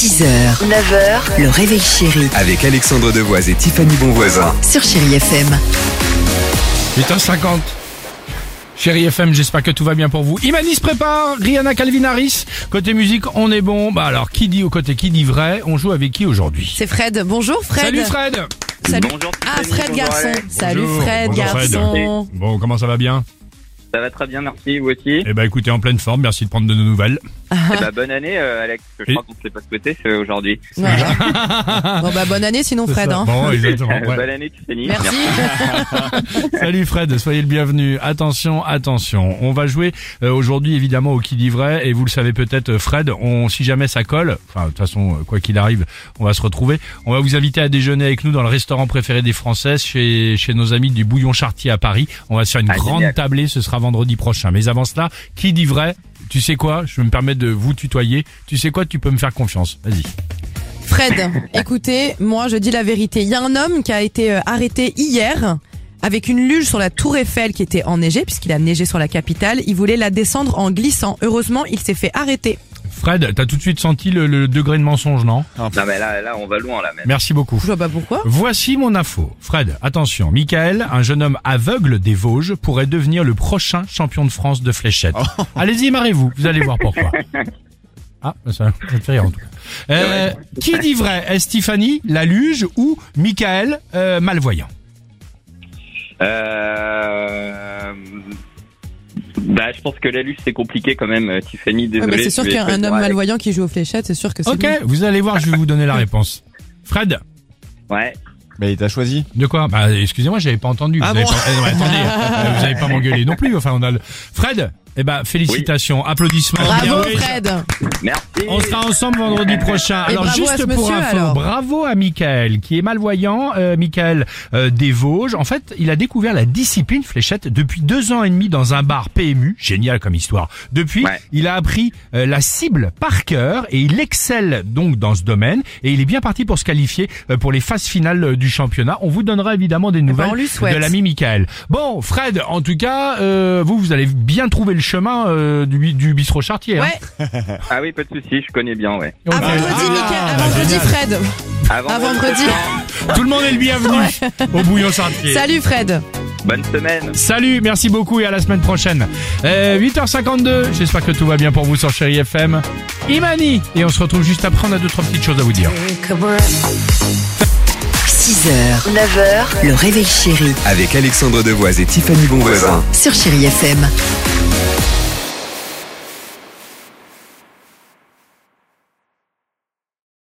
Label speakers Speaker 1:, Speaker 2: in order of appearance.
Speaker 1: 6h, 9h, le réveil chéri
Speaker 2: Avec Alexandre Devoise et Tiffany Bonvoisin.
Speaker 1: sur Chérie FM.
Speaker 3: 8h50. Chérie FM, j'espère que tout va bien pour vous. Imani se prépare, Rihanna Calvin Harris. Côté musique, on est bon. Bah alors, qui dit au côté, qui dit vrai On joue avec qui aujourd'hui
Speaker 4: C'est Fred. Bonjour Fred.
Speaker 3: Salut Fred
Speaker 4: Salut.
Speaker 5: Bonjour,
Speaker 4: Ah
Speaker 5: Tiffany,
Speaker 4: Fred
Speaker 5: bonjour,
Speaker 4: garçon.
Speaker 5: Alex.
Speaker 4: Salut
Speaker 3: Bonjour,
Speaker 4: Fred
Speaker 3: bonjour, Fred.
Speaker 4: garçon.
Speaker 3: Bon, comment ça va bien
Speaker 5: Ça va très bien, merci, vous aussi.
Speaker 3: Eh ben écoutez, en pleine forme, merci de prendre de nos nouvelles.
Speaker 5: Eh ben, bonne année, euh, Alex, que je
Speaker 3: Et-
Speaker 5: crois qu'on ne s'est pas souhaité c'est euh, aujourd'hui.
Speaker 4: Voilà. bon bah bonne année sinon Fred. hein.
Speaker 3: Bon, exactement.
Speaker 5: Euh,
Speaker 3: ouais.
Speaker 5: Bonne année, Tiffany.
Speaker 4: Merci.
Speaker 3: Salut Fred, soyez le bienvenu. Attention, attention. On va jouer euh, aujourd'hui évidemment au qui dit vrai et vous le savez peut-être euh, Fred, on si jamais ça colle, enfin de toute façon euh, quoi qu'il arrive, on va se retrouver. On va vous inviter à déjeuner avec nous dans le restaurant préféré des Françaises chez chez nos amis du Bouillon Chartier à Paris. On va se faire une
Speaker 5: Ah,
Speaker 3: grande
Speaker 5: génial.
Speaker 3: tablée, ce sera vendredi prochain. Mais avant cela, qui dit vrai tu sais quoi, je vais me permettre de vous tutoyer. Tu sais quoi, tu peux me faire confiance. Vas-y.
Speaker 4: Fred, écoutez, moi je dis la vérité. Il y a un homme qui a été euh, arrêté hier avec une luge sur la tour Eiffel qui était enneigée puisqu'il a neigé sur la capitale. Il voulait la descendre en glissant. Heureusement, il s'est fait arrêter.
Speaker 3: Fred, t'as tout de suite senti le, le degré de mensonge, non
Speaker 5: Non, mais là, là, on va loin, là, même.
Speaker 3: Merci beaucoup.
Speaker 4: Je vois pas pourquoi.
Speaker 3: Voici mon info. Fred, attention. Michael, un jeune homme aveugle des Vosges, pourrait devenir le prochain champion de France de fléchette.
Speaker 4: Oh.
Speaker 3: Allez-y, marrez-vous. Vous allez voir pourquoi. Ah, ça, ça me fait rire en tout cas. Euh, qui dit vrai Est-ce Stéphanie, la luge ou Michael, euh, malvoyant
Speaker 5: Euh... Bah, je pense que la luce, c'est compliqué quand même, euh, Tiffany,
Speaker 4: Ouais,
Speaker 5: désolé.
Speaker 4: Ah, mais c'est sûr
Speaker 5: je vais
Speaker 4: qu'un
Speaker 5: choisir
Speaker 4: homme
Speaker 5: Alex.
Speaker 4: malvoyant qui joue aux fléchettes, c'est sûr que c'est
Speaker 3: Ok,
Speaker 4: lui.
Speaker 3: vous allez voir, je vais vous donner la réponse. Fred,
Speaker 5: Ouais.
Speaker 6: Mais il t'a choisi.
Speaker 3: de quoi Bah, excusez-moi, j'avais pas entendu.
Speaker 6: Ah
Speaker 3: vous avez
Speaker 6: bon
Speaker 3: pas... eh, non, mais attendez, euh, vous n'avez pas m'engueuler non plus. Enfin, on a le... Fred, eh ben, félicitations, applaudissements.
Speaker 4: Bravo
Speaker 3: Ah, Bien joué.
Speaker 4: Fred.
Speaker 5: Merci.
Speaker 3: On sera ensemble vendredi prochain.
Speaker 4: Et
Speaker 3: alors
Speaker 4: bravo
Speaker 3: juste
Speaker 4: à ce
Speaker 3: pour
Speaker 4: monsieur,
Speaker 3: info,
Speaker 4: alors.
Speaker 3: bravo à Michael qui est malvoyant. Euh, Michael euh, des Vosges. En fait, il a découvert la discipline fléchette depuis deux ans et demi dans un bar PMU. Génial comme histoire. Depuis,
Speaker 5: Ouais.
Speaker 3: il a appris euh, la cible par cœur et il excelle donc dans ce domaine. Et il est bien parti pour se qualifier euh, pour les phases finales euh, du championnat. On vous donnera évidemment des nouvelles
Speaker 4: Eh ben, on lui
Speaker 3: de
Speaker 4: souhaite.
Speaker 3: l'ami Michael. Bon, Fred, en tout cas, euh, vous vous allez bien trouver le chemin euh, du, du bistrot Chartier. hein.
Speaker 4: Ouais.
Speaker 5: Ah oui, pas de souci, je connais bien, ouais.
Speaker 3: Et on
Speaker 4: À
Speaker 3: va-
Speaker 4: vendredi,
Speaker 3: Ah,
Speaker 4: Mickaël. À vendredi, Fred.
Speaker 5: Avant,
Speaker 4: À vendredi.
Speaker 3: Tout le monde est le bienvenu au Bouillon Chartier.
Speaker 4: Salut Fred.
Speaker 5: Bonne semaine.
Speaker 3: Salut, merci beaucoup et à la semaine prochaine. Euh, 8h52, j'espère que tout va bien pour vous sur Chéri FM. Imani Et on se retrouve juste après, on a deux, trois petites choses à vous dire.
Speaker 1: 6h, 9h, le réveil chéri
Speaker 2: Avec Alexandre Devoise et Tiffany Bonvoisin.
Speaker 1: sur Chérie FM.